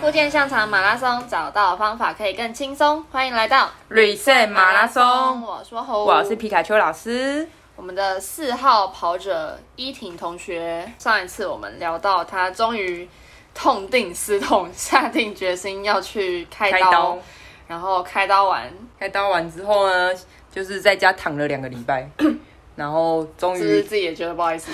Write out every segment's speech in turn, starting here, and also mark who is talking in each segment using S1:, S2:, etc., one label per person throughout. S1: 复健香肠马拉松，找到方法可以更轻松。欢迎来到
S2: Reset 马拉松，
S1: 我说吼，
S2: 我是皮卡丘老师。
S1: 我们的四号跑者依婷同学。上一次我们聊到他终于痛定思痛，下定决心要去开刀，
S2: 开刀，
S1: 然后开刀完
S2: 开刀完之后呢，就是在家躺了两个礼 拜，然后终
S1: 是不是
S2: 于
S1: 自己也觉得不好意 思？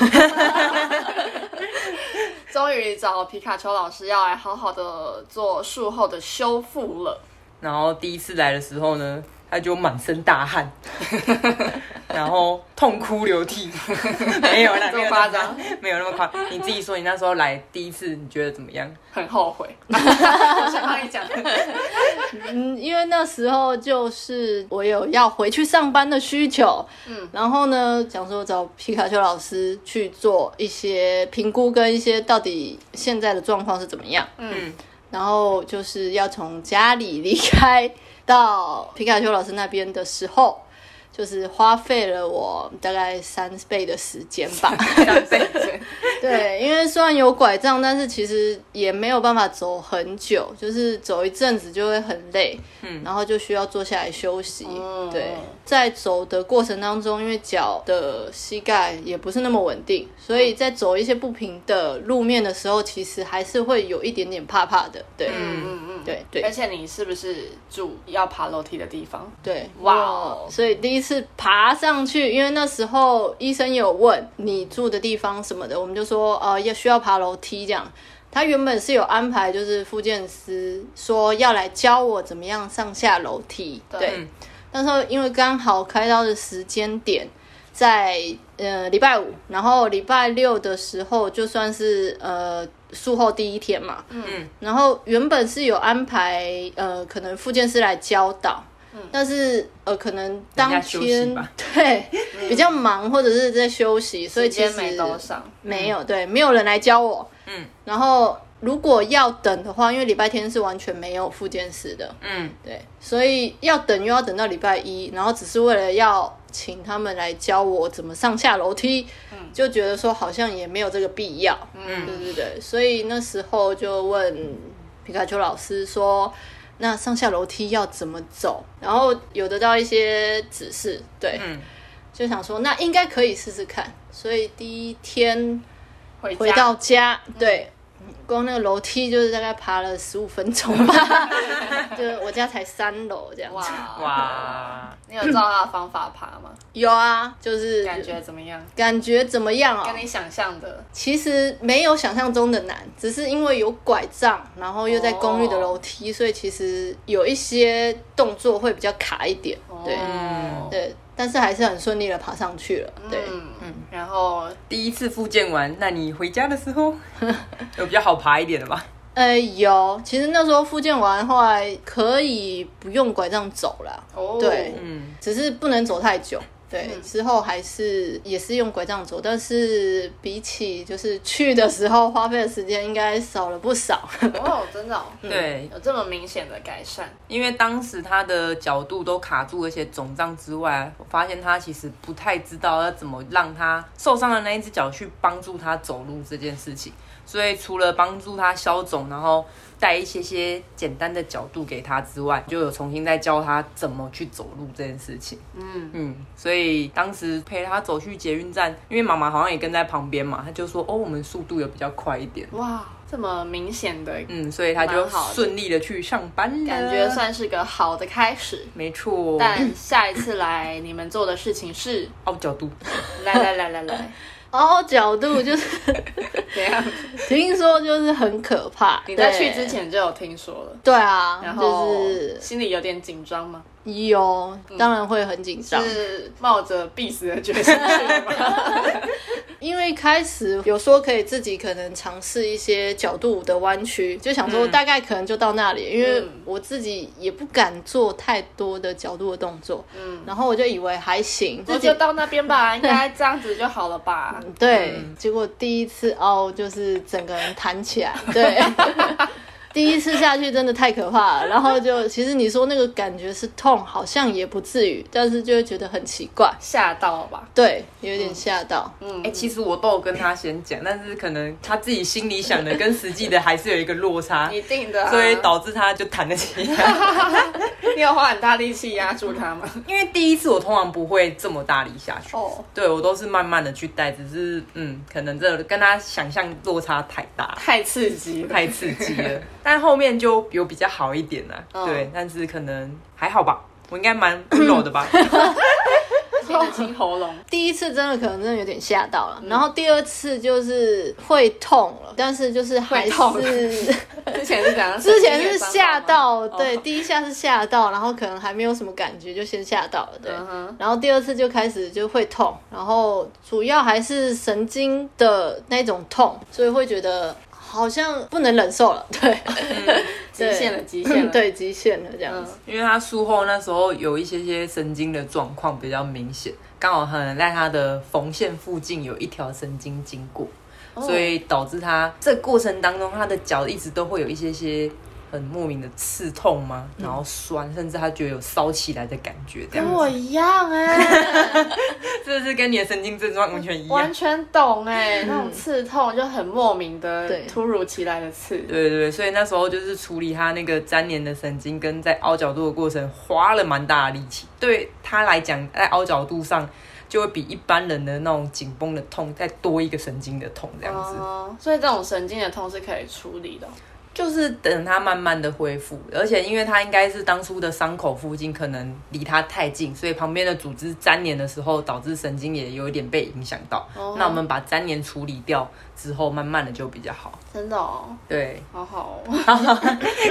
S1: 终于找皮卡丘老师要来好好的做术后的修复了。
S2: 然后第一次来的时候呢，他就满身大 汗，然后痛哭流 涕，没有啦，
S1: 这
S2: 没
S1: 么
S2: 有那
S1: 夸
S2: 么
S1: 张，
S2: 没有那么夸张。你自己说，你那时候来第一次，你觉得怎么样？
S1: 很后 悔，我先帮你讲。
S3: 嗯，因为那时候就是我有要回去上班的需求，嗯，然后呢，想说找皮卡丘老师去做一些评估跟一些到底现在的状况是怎么样，
S1: 嗯
S3: 嗯，然后就是要从家里离开到皮卡丘老师那边的时候。就是花费了我大概三倍的时间吧， 对，因为虽然有拐杖，但是其实也没有办法走很久，就是走一阵子就会很累，嗯，然后就需要坐下来休息。
S1: 哦
S3: 对，在走的过程当中，因为脚的膝盖也不是那么稳定，所
S1: 嗯
S3: 以在走一些不平的路面的时候，其实还是会有一点点怕怕的。对，
S1: 嗯嗯
S3: 对对
S1: 而且你是不是住要爬楼梯的地方？
S3: 对，
S1: 哇哦
S3: 我所以第一次爬上去，因为那时候医生有问你住的地方什么的，我们就说呃要需要爬楼梯这样。他原本是有安排，就是复健师说要来教我怎么样上下楼梯，
S1: 对
S3: 对。但是因为刚好开刀的时间点在呃礼拜五，然后礼拜六的时候就算是呃术后第一天嘛，嗯，然后原本是有安排呃可能复健师来教导。但是呃，可能当
S2: 人家休息
S3: 天
S2: 吧
S3: 对比较忙，或者是在休息，所以
S1: 时
S3: 其
S1: 间
S3: 实
S1: 没都上，
S3: 没有，对，没有人来教我。嗯，然后如果要等的话，因为礼拜天是完全没有复健师的，
S2: 嗯，
S3: 对，所以要等又要等到礼拜一，然后只是为了要请他们来教我怎么上下楼梯，就觉得说好像也没有这个必要，嗯，对对对，所以那时候就问皮卡丘老师说。那上下楼梯要怎么走？然后有得到一些指示，对，
S2: 嗯
S3: 就想说那应该可以试试看。所以第一天
S1: 回家
S3: 回到家，对，光那个楼梯就是大概爬了十五分钟 吧，就是我家才三楼这样子。
S1: 哇
S2: 哇，
S1: 你有照他的方法爬吗？
S3: 有啊，就是
S1: 感觉怎么样？
S3: 感觉怎么样啊、
S1: 跟你想象的
S3: 其实没有想象中的难，只是因为有拐杖，然后又在公寓的楼
S1: 哦
S3: 梯，所以其实有一些动作会比较卡一点。对、嗯
S1: 哦
S3: 对，但是还是很顺利的爬上去了。对。
S1: 嗯嗯，然后
S2: 第一次复健完，那你回家的时 候有比较好爬一点的吧？
S3: 呃，有，其实那时候复健完，后来可以不用拐杖走了，
S1: 哦
S3: 对
S2: 嗯，
S3: 只是不能走太久。对，
S1: 嗯
S3: 之后还是也是用拐杖走，但是比起就是去的时候花费的时间应该少了 不少。
S1: 哦，真的 哦
S2: 对，
S1: 有这么明显的改善，
S2: 因为当时他的角度都卡住，而且肿胀之外，我发现他其实不太知道要怎么让他受伤的那一只脚去帮助他走路这件事情。所以除了帮助他消肿，然后带一些些简单的角度给他之外，就有重新再教他怎么去走路这件事情。
S1: 嗯
S2: 嗯，所以当时陪他走去捷运站，因为妈妈好像也跟在旁边嘛，他就说：“哦，我们速度有比较快一点。
S1: 哇，这么明显的”
S2: 嗯，所以他就
S1: 蛮好的
S2: 顺利的去上班了，
S1: 感觉算是个好的开始。
S2: 没错。
S1: 但下一次来，你们做的事情是，
S2: 哦，角度。
S1: 来来来来 来，
S3: 凹角度就是
S1: 怎样？
S3: 听说就是很可怕。
S1: 你在
S3: 对
S1: 去之？前就有听说了，
S3: 对啊，
S1: 然后嗯
S3: 就是
S1: 心里有点紧张吗？
S3: 有，当然会很紧张。
S1: 是冒着必死的决心去吗？
S3: 因为一开始有说可以自己可能尝试一些角度的弯曲，就想
S1: 嗯
S3: 说大概可能就到那里，因为我自己也不敢做太多的角度的动作，嗯，然后我就以为还行，
S1: 这
S3: 自己
S1: 就到那边吧， 应该这样子就好了吧？嗯
S3: 哦对，结果第一次凹就是整个人弹起来，对。 第一次下去真的太可怕了，然后就其实你说那个感觉是痛，好像也不至于，但是就会觉得很奇怪，
S1: 吓到吧？
S3: 对，有点吓到。
S1: 嗯
S2: 哎、其实我都有跟他先讲，但是可能他自己心里想的跟实际的还是有一个 落差，
S1: 一定的、啊，
S2: 所以导致他就弹得起来。
S1: 你有花很大力气压住他 吗？
S2: 因为第一次我通常不会这么大力下去，
S1: 哦，
S2: 对我都是慢慢的去带，只是嗯，可能这跟他想象落差太大，
S1: 太刺激了，
S2: 太刺激了。但后面就有比较好一点啦，
S1: 嗯
S2: 对，但是可能还好吧，我应该蛮温 柔的吧。
S1: 变得清喉咙。
S3: 第一次真的可能真的有点吓到
S1: 嗯
S3: 了，然后第二次就是会痛了，但是就是还
S1: 会痛
S3: 是
S1: 之前是怎样？
S3: 之前是吓到，
S1: 吗
S3: 对，
S1: 哦
S3: 第一下是吓到，然后可能还没有什么感觉，就先吓到了，对。
S1: 嗯哼
S3: 然后第二次就开始就会痛，然后主要还是神经的那种痛，所以会觉得好像不能忍受了，对，
S1: 极限了，极限了。，
S3: 对，极限了这样子。
S1: 嗯，
S2: 因为他术后那时候有一些些神经的状况比较明显，刚好可能在他的缝线附近有一条神经经过，所以导致他这过程当中，他的脚一直都会有一些些很莫名的刺痛嘛，然后酸，甚至他觉得有烧起来的感觉，这样
S3: 嗯
S1: 跟
S2: 子
S1: 我一样 哎、
S2: 这是跟你的神经症状完全一样
S1: 完。全懂哎、那种刺痛就很莫名的
S3: 嗯对，
S1: 突如其来的刺。
S2: 对对对，所以那时候就是处理他那个粘连的神经跟在凹角度的过程，花了蛮大的力气。对他来讲，在凹角度上就会比一般人的那种紧绷的痛再多一个神经的痛，这样子。
S1: 哦，所以这种神经的痛是可以处理的哦。
S2: 就是等他慢慢的恢复，而且因为他应该是当初的伤口附近可能离他太近，所以旁边的组织粘连的时候，导致神经也有一点被影响到。
S1: 哦
S2: 那我们把粘连处理掉之后，慢慢的就比较好。
S1: 真的哦，
S2: 对，
S1: 好好哦，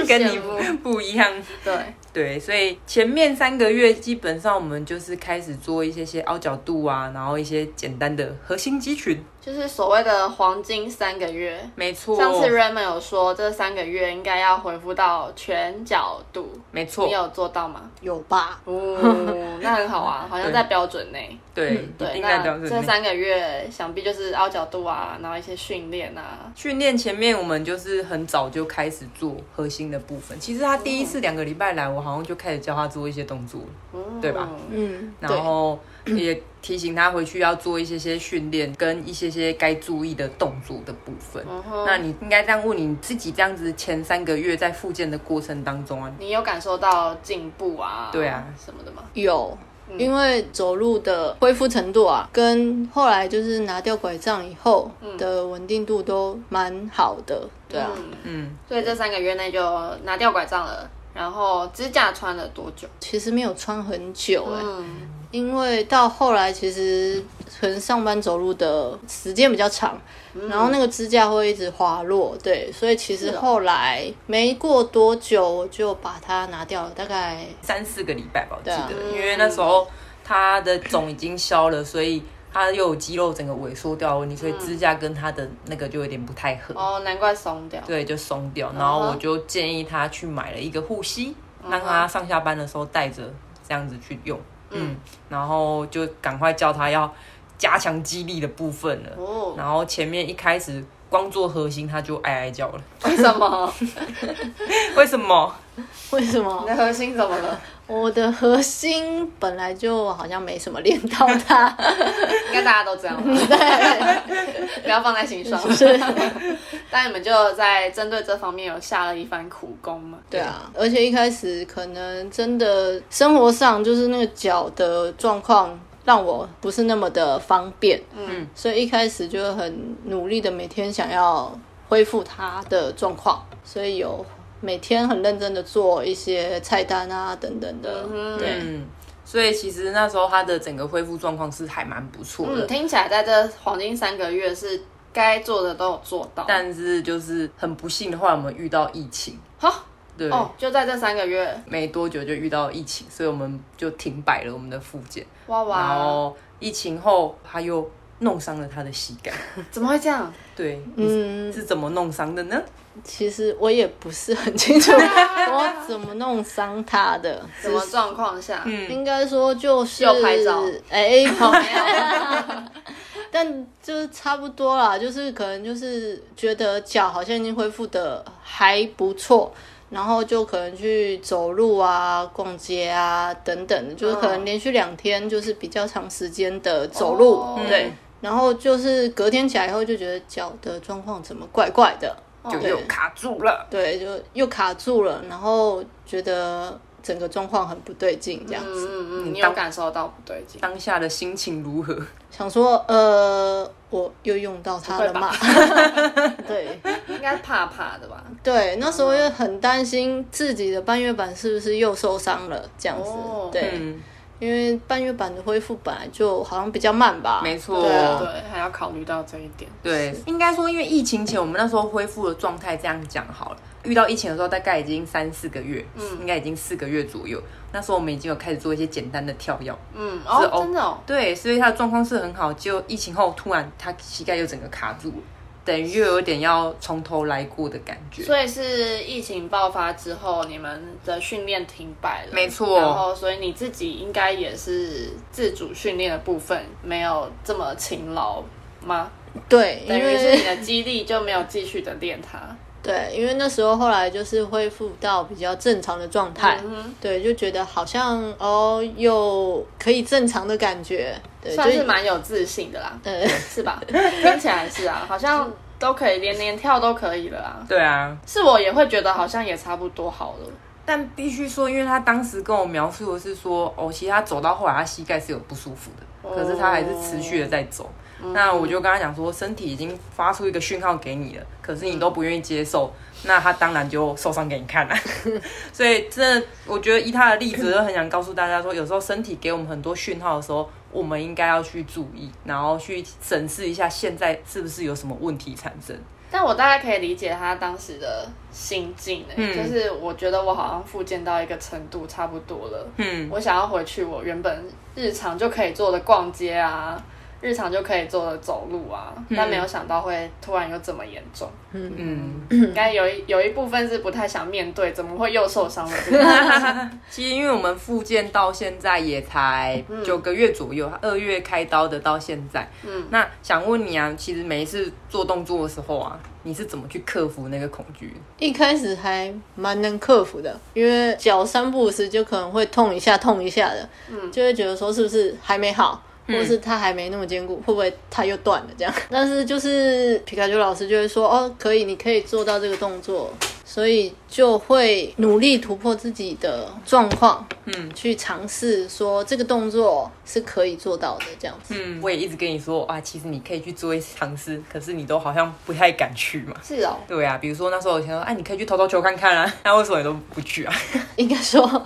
S2: 跟你
S1: 羡慕
S2: 不一样。
S1: 对，
S2: 对，所以前面三个月基本上我们就是开始做一些些凹角度啊，然后一些简单的核心肌群。
S1: 就是所谓的黄金三个月。
S2: 没错，
S1: 上次 Raymond 有说，这三个月应该要恢复到全角度，
S2: 没错
S1: 你，有做到吗？
S3: 有吧？
S1: 哦，那很好啊，好像在标准内。
S2: 对，一
S1: 嗯对，
S2: 定在
S1: 那
S2: 标准
S1: 这
S2: 内
S1: 三个月想必就是凹角度啊，然后一些训练啊，
S2: 训练前面我们就是很早就开始做核心的部分。其实他第一次两个礼拜来，我好像就开始教他做一些动作了，
S1: 嗯
S2: 对吧？
S3: 嗯，对，
S2: 然后 也提醒他回去要做一些些训练跟一些些该注意的动作的部分。
S1: 嗯哼
S2: 那你应该这样问你自己，这样子前三个月在复健的过程当中啊，
S1: 你有感受到进步啊？
S2: 对啊，
S1: 什么的吗？
S3: 有。
S1: 嗯
S3: 因为走路的恢复程度啊，跟后来就是拿掉拐杖以后的稳定度都蛮好的，对啊。
S1: 嗯
S2: 嗯，
S1: 所以这三个月内就拿掉拐杖了，然后指甲穿了多久？
S3: 其实没有穿很久哎、
S1: 嗯，
S3: 因为到后来其实可能上班走路的时间比较长，然后那个支架会一直滑落，对，所以其实
S1: 嗯是哦
S3: 后来没过多久我就把它拿掉了，大概
S2: 三四个礼拜吧，我记
S3: 对啊
S2: 得，因为那时候他的肿已经消了，所以。他又有肌肉整个萎缩掉的问题，所以支架跟他的那个就有点不太合。
S1: 哦，难怪松掉。
S2: 对，就松掉。然后我就建议他去买了一个护膝，让他上下班的时候带着这样子去用。嗯，然后就赶快教他要加强肌力的部分了。
S1: 哦，
S2: 然后前面一开始光做核心，他就哀哀叫了。
S1: 为什么？
S2: 为什么？
S3: 为什
S1: 你
S3: 么
S1: 的核心怎么了？
S3: 我的核心本来就好像没什么练到它，
S1: 应该大家都这样吧，不要放在心上。 但你们就在针对这方面有下了一番苦功嘛？
S3: 对啊，而且一开始可能真的生活上就是那个脚的状况让我不是那么的方便，嗯，所以一开始就很努力的每天想要恢复它的状况，所以有每天很认真的做一些菜单啊等等的，对，
S2: 嗯，所以其实那时候他的整个恢复状况是还蛮不错的。
S1: 嗯，听起来在这黄金三个月是该做的都有做到。
S2: 但是就是很不幸的话，我们遇到疫情，
S1: 好
S2: 对，
S1: 哦，就在这三个月，
S2: 没多久就遇到疫情，所以我们就停摆了我们的复健。
S1: 哇
S2: 然
S1: 哇，
S2: 后疫情后他又弄伤了他的膝盖。
S1: 怎么会这样？
S2: 对，
S3: 嗯，
S2: 是怎么弄伤的呢？
S3: 其实我也不是很清 楚我怎么弄伤它的，
S1: 什么状况下？
S2: 嗯
S3: 应该说就 是
S1: 有拍照
S3: 哎、
S1: 没有
S3: 但就是差不多啦，就是可能就是觉得脚好像已经恢复的还不错，然后就可能去走路啊、逛街啊等等的，就是可能连续两天就是比较长时间的走路，
S1: 哦
S3: 对，
S2: 对，
S3: 然后就是隔天起来以后就觉得脚的状况怎么怪怪的，
S1: 哦
S2: 就又卡住了。
S3: 对，就又卡住了，然后觉得整个状况很不对劲，这样
S1: 嗯
S3: 子。
S1: 嗯嗯，你有
S2: 当
S1: 感受到不对劲？
S2: 当下的心情如何？
S3: 想说，呃，我又用到它了嘛？ 对
S1: 应该怕怕的吧？
S3: 对，那时候也很担心自己的半月板是不是又受伤了，这样子。
S1: 哦
S3: 对，
S2: 嗯，
S3: 因为半月板的恢复本来就好像比较慢吧。
S2: 没错
S3: 对啊
S1: 对，还要考虑到这一点。
S2: 对，应该说，因为疫情前我们那时候恢复的状态，这样讲好了。遇到疫情的时候，大概已经三四个月，嗯，应该已经四个月左右。那时候我们已经有开始做一些简单的跳药，
S1: 嗯，
S2: 是
S1: 哦，
S2: 哦
S1: 真的哦，
S2: 对，所以他的状况是很好。就疫情后突然他膝盖又整个卡住了，等于又有点要从头来过的感觉。
S1: 所以是疫情爆发之后，你们的训练停摆了，
S2: 没错
S1: 然后，所以你自己应该也是自主训练的部分没有这么勤劳吗？
S3: 对，因
S1: 等于是
S3: 为
S1: 你的肌力就没有继续的练它。
S3: 对，因为那时候后来就是恢复到比较正常的状态。
S1: 嗯
S3: 对，就觉得好像哦，又可以正常的感觉，对，
S1: 哼，算是
S3: 就
S1: 蛮有自信的啦，
S3: 呃，
S1: 是 吧？听起来是啊，好像都可以，连连跳都可以了啊。
S2: 对啊，
S1: 是我也会觉得好像也差不多好了。
S2: 但必须说，因为他当时跟我描述的是说，哦，其实他走到后来，他膝盖是有不舒服的，可是他还是持续的在走。那我就跟他讲说，身体已经发出一个讯号给你了，可是你都不愿意接受，那他当然就受伤给你看了、 所以，真的，我觉得以他的例子，我就很想告诉大家说，有时候身体给我们很多讯号的时候，我们应该要去注意，然后去审视一下现在是不是有什么问题产生。
S1: 但我大概可以理解他当时的心境、欸
S2: 嗯
S1: 就是我觉得我好像复健到一个程度差不多了，
S2: 嗯，
S1: 我想要回去我原本日常就可以做的逛街啊，日常就可以做的走路啊，但没有想到会突然又这么严重，
S2: 嗯。
S1: 应该有一有一部分是不太想面对，怎么会又受伤了这个 东西？
S2: 其实因为我们复健到现在也才九个月左右，二、月开刀的到现在，嗯，那想问你啊，其实每一次做动作的时候啊，你是怎么去克服那个恐惧？
S3: 一开始还蛮能克服的，因为脚三不五时就可能会痛一下痛一下的，就会觉得说是不是还没好，或是它还没那么坚固，会不会它又断了这样？ 但是就是皮卡丘老师就会说哦，可以，你可以做到这个动作，所以就会努力突破自己的状况，嗯，去尝试说这个动作是可以做到的这样子。
S2: 嗯，我也一直跟你说啊，其实你可以去做一些尝试，可是你都好像不太敢去嘛。
S1: 是哦，
S2: 对啊，比如说那时候我想说，哎、你可以去投投球看看啊， 那为什么你都不去啊？
S3: 应该说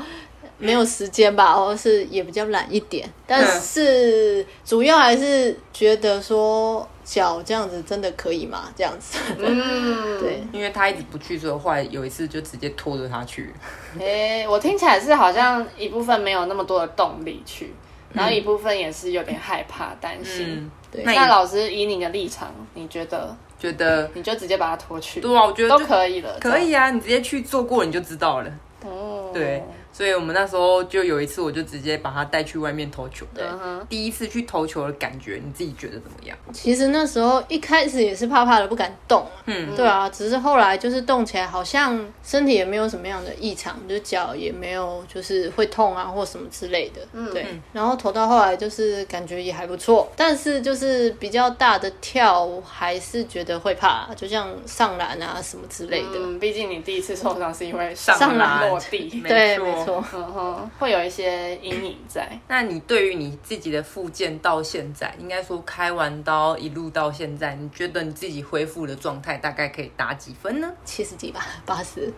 S3: 没有时间吧，或是也比较懒一点。但是主要还是觉得说脚这样子真的可以吗？这样子，
S1: 嗯，
S3: 对，
S2: 因为他一直不去，所以后来有一次就直接拖着他去。
S1: 诶、我听起来是好像一部分没有那么多的动力去，然后一部分也是有点害怕、担心。
S2: 嗯，
S3: 对
S2: 那
S1: 那
S2: 你
S1: 老师以你的立场，你觉得
S2: 觉得？
S1: 你就直接把它拖去，
S2: 对啊，我觉得
S1: 都
S2: 就
S1: 可以了，
S2: 可以啊，你直接去做过你就知道了。
S1: 这样。哦，
S2: 对，所以我们那时候就有一次，我就直接把他带去外面投球。对
S1: 嗯哼
S2: 第一次去投球的感觉，你自己觉得怎么样？
S3: 其实那时候一开始也是怕怕的，不敢动。
S2: 嗯，
S3: 对啊，只是后来就是动起来，好像身体也没有什么样的异常，就是脚也没有就是会痛啊或什么之类的。
S2: 嗯
S3: 对。然后投到后来就是感觉也还不错，但是就是比较大的跳还是觉得会怕，就像上篮啊什么之类的。
S1: 嗯，毕竟你第一次受伤是因为
S2: 上
S1: 篮
S2: 篮
S1: 落地，
S3: 对，
S2: 没错
S3: 没错。
S1: 嗯哼，会有一些阴影在。
S2: 那你对于你自己的复健到现在，应该说开完刀一路到现在，你觉得你自己恢复的状态大概可以打几分 呢？
S3: 七十几吧，八十，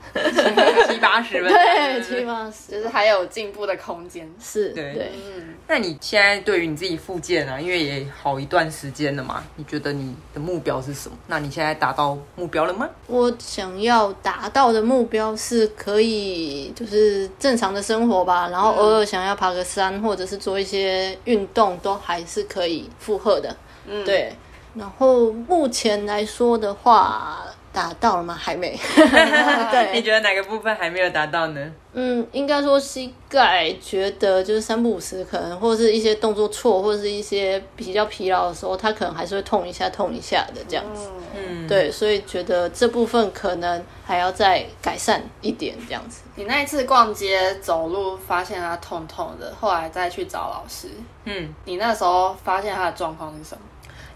S2: 七八十分。
S3: 对， 七八十
S1: 就是还有进步的空间，
S3: 是，
S2: 对
S3: 对。
S1: 嗯，
S2: 那你现在对于你自己复健啊，因为也好一段时间了嘛，你觉得你的目标是什么？那你现在达到目标了吗？
S3: 我想要达到的目标是可以就是正常的生活吧，然后偶尔想要爬个山或者是做一些运动，都还是可以负荷的。嗯，对。然后目前来说的话，达到了吗？还没。啊对，
S2: 你觉得哪个部分还没有达到呢？
S3: 嗯，应该说膝盖觉得就是三不五时，可能或是一些动作错，或是一些比较疲劳的时候，它可能还是会痛一下、痛一下的这样子。嗯，对，所以觉得这部分可能还要再改善一点这样子。
S1: 你那一次逛街走路发现它痛痛的，后来再去找老师，
S2: 嗯，
S1: 你那时候发现它的状况是什么？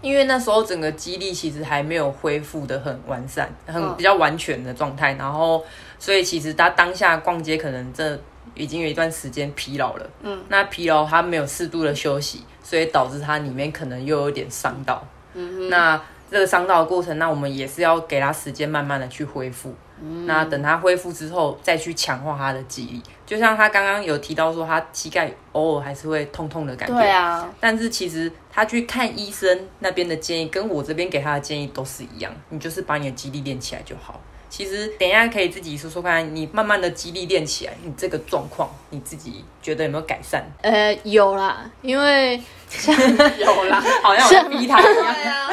S2: 因为那时候整个肌力其实还没有恢复的很完善，很
S1: 嗯
S2: 比较完全的状态，然后所以其实他当下逛街可能这已经有一段时间疲劳了，
S1: 嗯，
S2: 那疲劳他没有适度的休息，所以导致他里面可能又有点伤到，嗯，那这个伤到的过程，那我们也是要给他时间慢慢的去恢复，
S1: 嗯
S2: 那等他恢复之后再去强化他的肌力，就像他刚刚有提到说他膝盖偶尔还是会痛痛的感觉，
S1: 对啊，
S2: 但是其实他去看医生那边的建议，跟我这边给他的建议都是一样，你就是把你的肌力练起来就好。其实等一下可以自己说说看，你慢慢的肌力练起来，你这个状况你自己觉得有没有改善？
S3: 呃，有啦，因为
S1: 有啦，
S2: 好像我在逼他一
S1: 对
S2: 样。
S1: 啊，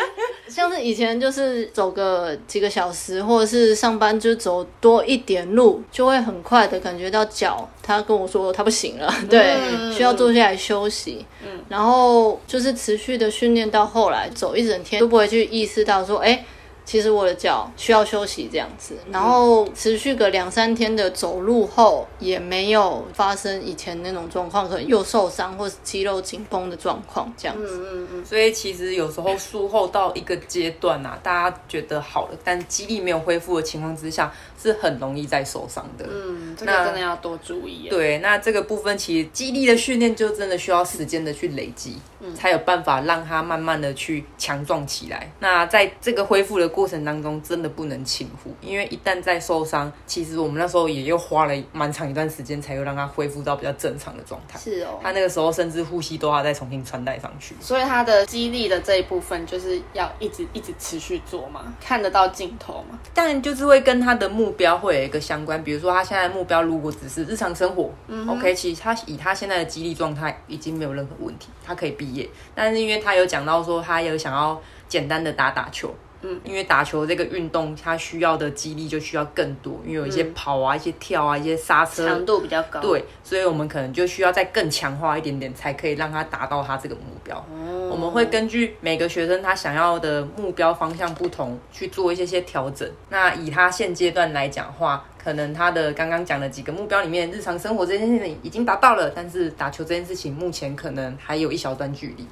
S3: 像是以前就是走个几个小时，或者是上班就走多一点路，就会很快的感觉到脚。他跟我说他不行了，对，
S1: 嗯
S3: 需要坐下来休息。嗯，然后就是持续的训练到后来，走一整天都不会去意识到说，哎、其实我的脚需要休息这样子，然后持续个两三天的走路后，也没有发生以前那种状况，可能又受伤或是肌肉紧绷的状况这样子。
S1: 嗯嗯嗯，
S2: 所以其实有时候术后到一个阶段啊，大家觉得好了，但肌力没有恢复的情况之下，是很容易再受伤的。
S1: 嗯，这
S2: 那
S1: 个真的要多注意耶。啊
S2: 对，那这个部分其实肌力的训练就真的需要时间的去累积，
S1: 嗯
S2: 才有办法让它慢慢的去强壮起来。那在这个恢复的过程当中，真的不能轻忽，因为一旦再受伤，其实我们那时候也又花了蛮长一段时间，才又让它恢复到比较正常的状态。
S1: 是哦。
S2: 他那个时候甚至呼吸都要再重新穿戴上去。
S1: 所以它的激励的这一部分，就是要一直一直持续做嘛，看得到尽头嘛。
S2: 但就是会跟他的目标会有一个相关，比如说他现在的目标如果只是日常生活、o k 其实他以他现在的激励状态已经没有任何问题，他可以毕业。但是因为他有讲到说他有想要简单的打打球，嗯，因为打球这个运动他需要的激励就需要更多，因为有一些跑啊、一些跳啊、一些刹车
S1: 强度比较高，，
S2: 对，所以我们可能就需要再更强化一点点，才可以让他达到他这个目标。我们会根据每个学生他想要的目标方向不同，去做一些些调整。那以他现阶段来讲的话，可能他的刚刚讲的几个目标里面，日常生活这件事情已经达到了，但是打球这件事情目前可能还有一小段距离。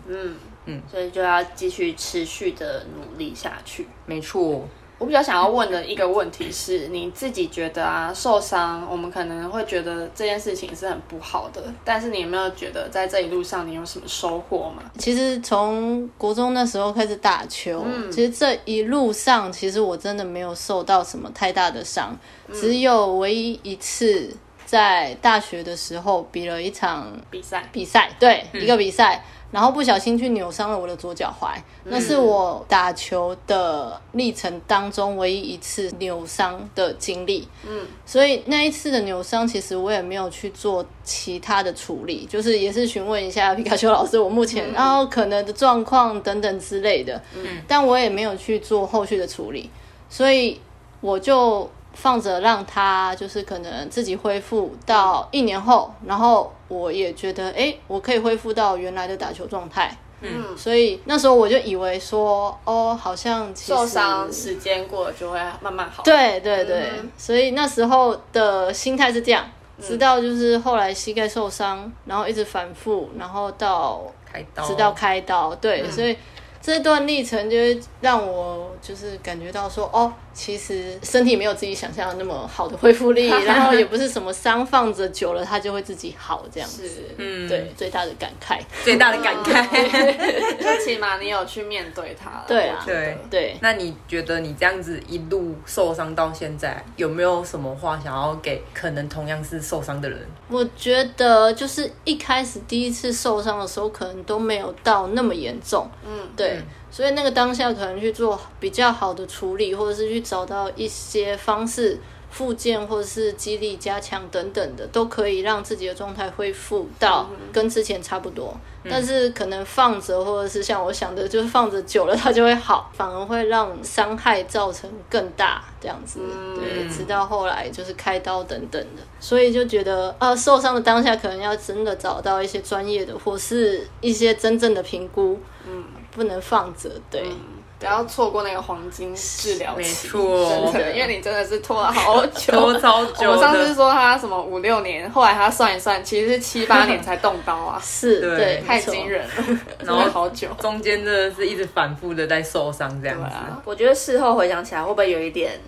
S1: 所以就要继续持续的努力下去。
S2: 没错，
S1: 我比较想要问的一个问题是，你自己觉得啊，受伤，我们可能会觉得这件事情是很不好的，但是你有没有觉得在这一路上你有什么收获吗？
S3: 其实从国中那时候开始打球，其实这一路上，其实我真的没有受到什么太大的伤，只有唯一一次在大学的时候比了一场
S1: 比赛，
S3: 比赛，对，一个比赛，然后不小心去扭伤了我的左脚踝，那是我打球的历程当中唯一一次扭伤的经历。嗯，所以那一次的扭伤，其实我也没有去做其他的处理，就是也是询问一下皮卡丘老师，我目前然后可能的状况等等之类的。嗯，但我也没有去做后续的处理，所以我就放着让它就是可能自己恢复到一年后，然后我也觉得诶，我可以恢复到原来的打球状态。
S1: 嗯，
S3: 所以那时候我就以为说，哦，好像其实
S1: 受伤时间过了就会慢慢好，，
S3: 对对对，
S1: 嗯
S3: 所以那时候的心态是这样，直到就是后来膝盖受伤，然后一直反复，然后到
S2: 开刀，
S3: 直到开
S1: 嗯
S3: 刀，对，所以这段历程就会让我就是感觉到说，哦，其实身体没有自己想象的那么好的恢 复力，然后也不是什么伤放着久了它就会自己好这样子，
S1: 是，
S2: 嗯，
S3: 对，，最大的感慨，
S2: 最大的感 慨。
S1: 就起码你有去面对它了，
S3: 对啊
S1: 我觉得
S2: 对
S3: 对。
S2: 那你觉得你这样子一路受伤到现在，有没有什么话想要给可能同样是受伤的人？
S3: 我觉得就是一开始第一次受伤的时候，可能都没有到那么严重，
S1: 嗯，
S3: 对，所以那个当下可能去做比较好的处理，或者是去找到一些方式复健或者是肌力加强等等的，都可以让自己的状态恢复到
S1: 嗯
S3: 跟之前差不多。但是可能放着，或者是像我想的，就是放着久了它就会好，反而会让伤害造成更大这样子。
S1: 嗯
S3: 对，直到后来就是开刀等等的，所以就觉得呃，受伤的当下可能要真的找到一些专业的，或是一些真正的评估，嗯，不能放着。对，，
S1: 不要错过那个黄金治疗期，
S2: 没错
S1: 真的，因为你真的是拖了好久，
S2: 拖超久的
S1: 我上次说他什么五六年，后来他算一算，其实是七八年才动刀啊
S3: 是，
S2: 对
S3: 对，
S1: 太
S3: 没错
S1: 惊人了，
S2: 然
S1: 然
S2: 后
S1: 好久。
S2: 中间真的是一直反复的在受伤这样
S1: 对
S2: 子。
S1: 啊，
S4: 我觉得事后回想起来，会不会有一点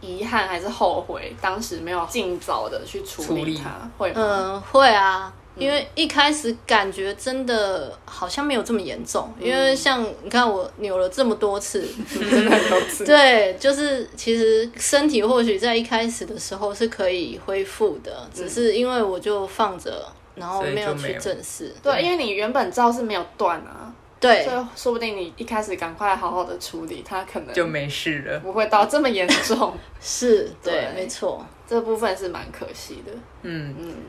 S1: 遗憾还是后悔，当时没有尽早的去处
S2: 处
S1: 理
S2: 理
S1: 它，会吗？
S3: 嗯，会啊，因为一开始感觉真的好像没有这么严重，
S2: 嗯
S3: 因为像你看我扭了这么多次，
S1: 真的很多次。
S3: 对，就是其实身体或许在一开始的时候是可以恢复的，只是因为我就放着，然
S2: 嗯
S3: 后
S2: 所以
S3: 没有
S2: 就没
S3: 去
S2: 有
S3: 正视，
S1: 对，因为你原本照是没有断啊，
S3: 对
S1: 所以说不定你一开始赶快好好的处理，它可能
S2: 就没事了。
S1: 不会到这么严重。
S3: 是，对
S1: 对，
S3: 没错，
S1: 这部分是蛮可惜的。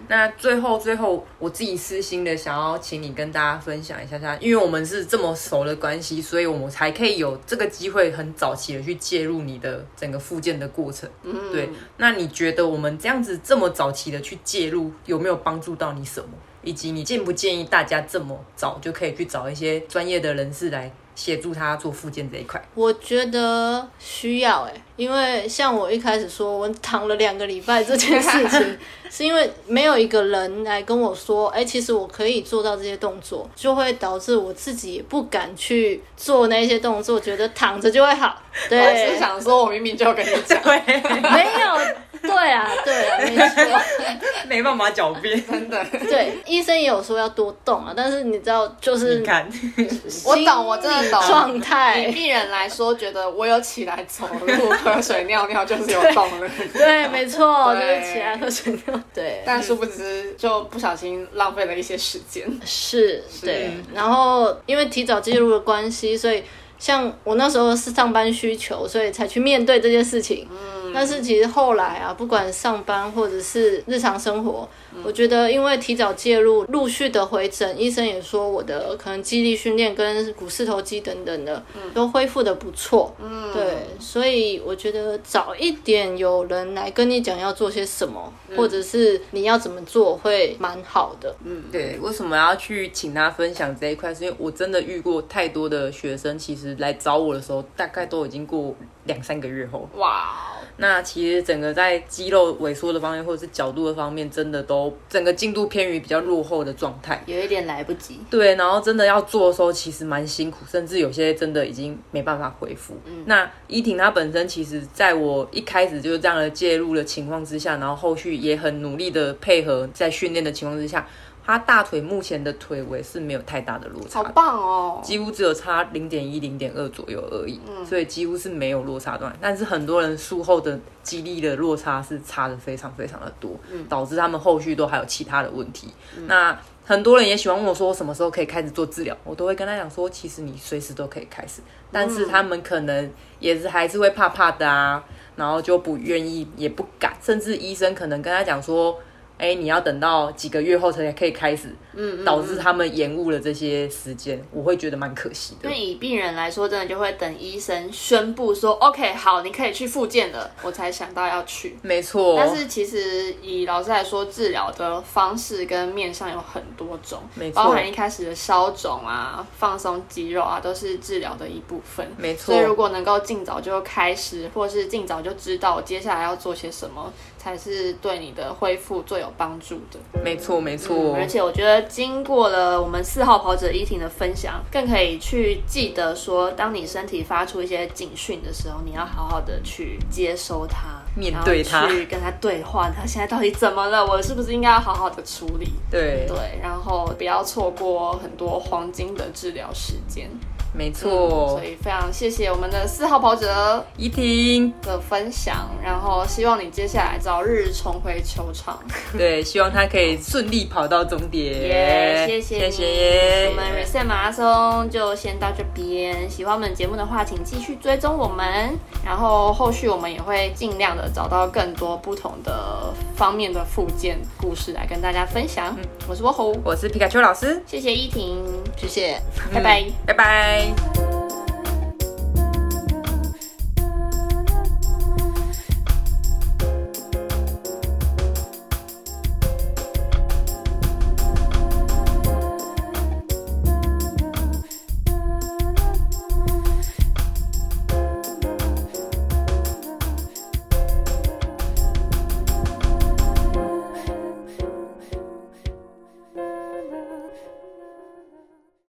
S2: 那最后最后，我自己私心的想要请你跟大家分享一下下，因为我们是这么熟的关系，所以我们才可以有这个机会很早期的去介入你的整个复健的过程。嗯，对。那你觉得我们这样子这么早期的去介入，有没有帮助到你什么？以及你建不建议大家这么早就可以去找一些专业的人士来协助他做复健这一块？
S3: 我觉得需要哎、因为像我一开始说我躺了两个礼拜这件事 情，是因为没有一个人来跟我说，哎、其实我可以做到这些动作，就会导致我自己也不敢去做那些动作，觉得躺着就会好。
S1: 我只
S3: 对
S1: 是，想说，我明明就跟你讲，
S2: 对，
S3: 没有，对啊，对 啊，没错。
S2: 没办法狡辩。
S1: 真的。
S3: 对，医生也有说要多动啊，但是你知道，就是
S2: 你看，
S1: 我懂，我真的懂。
S3: 状态
S1: 以病人来说，觉得我有起来走路、喝水、尿尿，就是有动了。
S3: 对，没错，就是
S1: 对
S3: 起来喝水尿。对，
S1: 但殊不知，就不小心浪费了一些时间。
S3: 是对，然后因为提早介入的关系，所以像我那时候是上班需求，所以才去面对这件事情。嗯，但是其实后来啊，不管上班或者是日常生活，我觉得因为提早介入，陆续的回诊，医生也说我的可能肌力训练跟股四头肌等等的、都恢复的不错。嗯，对，所以我觉得早一点有人来跟你讲要做些什么，或者是你要怎么做，会蛮好的。
S2: 对，为什么要去请他分享这一块？是因为我真的遇过太多的学生，其实来找我的时候，大概都已经过两三个月后。
S1: 哇哦，
S2: 那其实整个在肌肉萎缩的方面，或者是角度的方面，真的都整个进度偏于比较落后的状态。
S4: 有一点来不及？
S2: 对，然后真的要做的时候，其实蛮辛苦，甚至有些真的已经没办法恢复。那依婷她本身其实在我一开始就是这样的介入的情况之下，然后后续也很努力的配合在训练的情况之下，她大腿目前的腿围是没有太大的落差
S1: 好
S2: 的。
S1: 棒哦！
S2: 几乎只有差零点一、零点二左右而已，所以几乎是没有落差段。但是很多人术后的肌力的落差是差的非常非常的多，导致他们后续都还有其他的问题。那很多人也喜欢问我说，我什么时候可以开始做治疗？我都会跟他讲说，其实你随时都可以开始，但是他们可能也是还是会怕怕的啊，然后就不愿意，也不敢，甚至医生可能跟他讲说。哎、你要等到几个月后才可以开始，嗯，导致他们延误了这些时间，我会觉得蛮可惜的
S4: 因为。以病人来说，真的就会等医生宣布说 “OK，好，你可以去复健了”，
S1: 我才想到要去。
S2: 没错，
S1: 但是其实以老师来说，治疗的方式跟面向有很多种
S2: 没，错
S1: 包含一开始的消肿啊、放松肌肉啊，都是治疗的一部分。
S2: 没错
S1: 所以如果能够尽早就开始，或是尽早就知道接下来要做些什么，才是对你的恢复最有帮助的。
S2: 没错，没错，
S1: 嗯
S4: 而且我觉得，经过了我们四号跑者依婷的分享，更可以去记得说，当你身体发出一些警讯的时候，你要好好的去接收它，
S2: 面对它
S4: 然后去跟它对话，它现在到底怎么了？我是不是应该要好好的处理？
S2: 对
S1: 对，然后不要错过很多黄金的治疗时间。
S2: 没
S1: 嗯所
S2: 错，
S1: 以非常谢谢我们的四号跑者
S2: 怡婷，
S1: 的分享，然后希望你接下来早日重回球场。
S2: 对，希望他可以顺利跑到终点。
S4: 耶谢谢
S2: 谢
S4: 你
S2: 谢
S4: 我们 Reset 马拉松就先到这边。喜欢我们节目的话，请继续追踪我们。
S1: 然后后续我们也会尽量的找到更多不同的方面的附件故事来跟大家分享。我是窝猴，
S2: 我是皮卡丘老师，
S4: 谢谢依婷，
S3: 谢谢。
S1: 拜拜。
S2: 拜拜。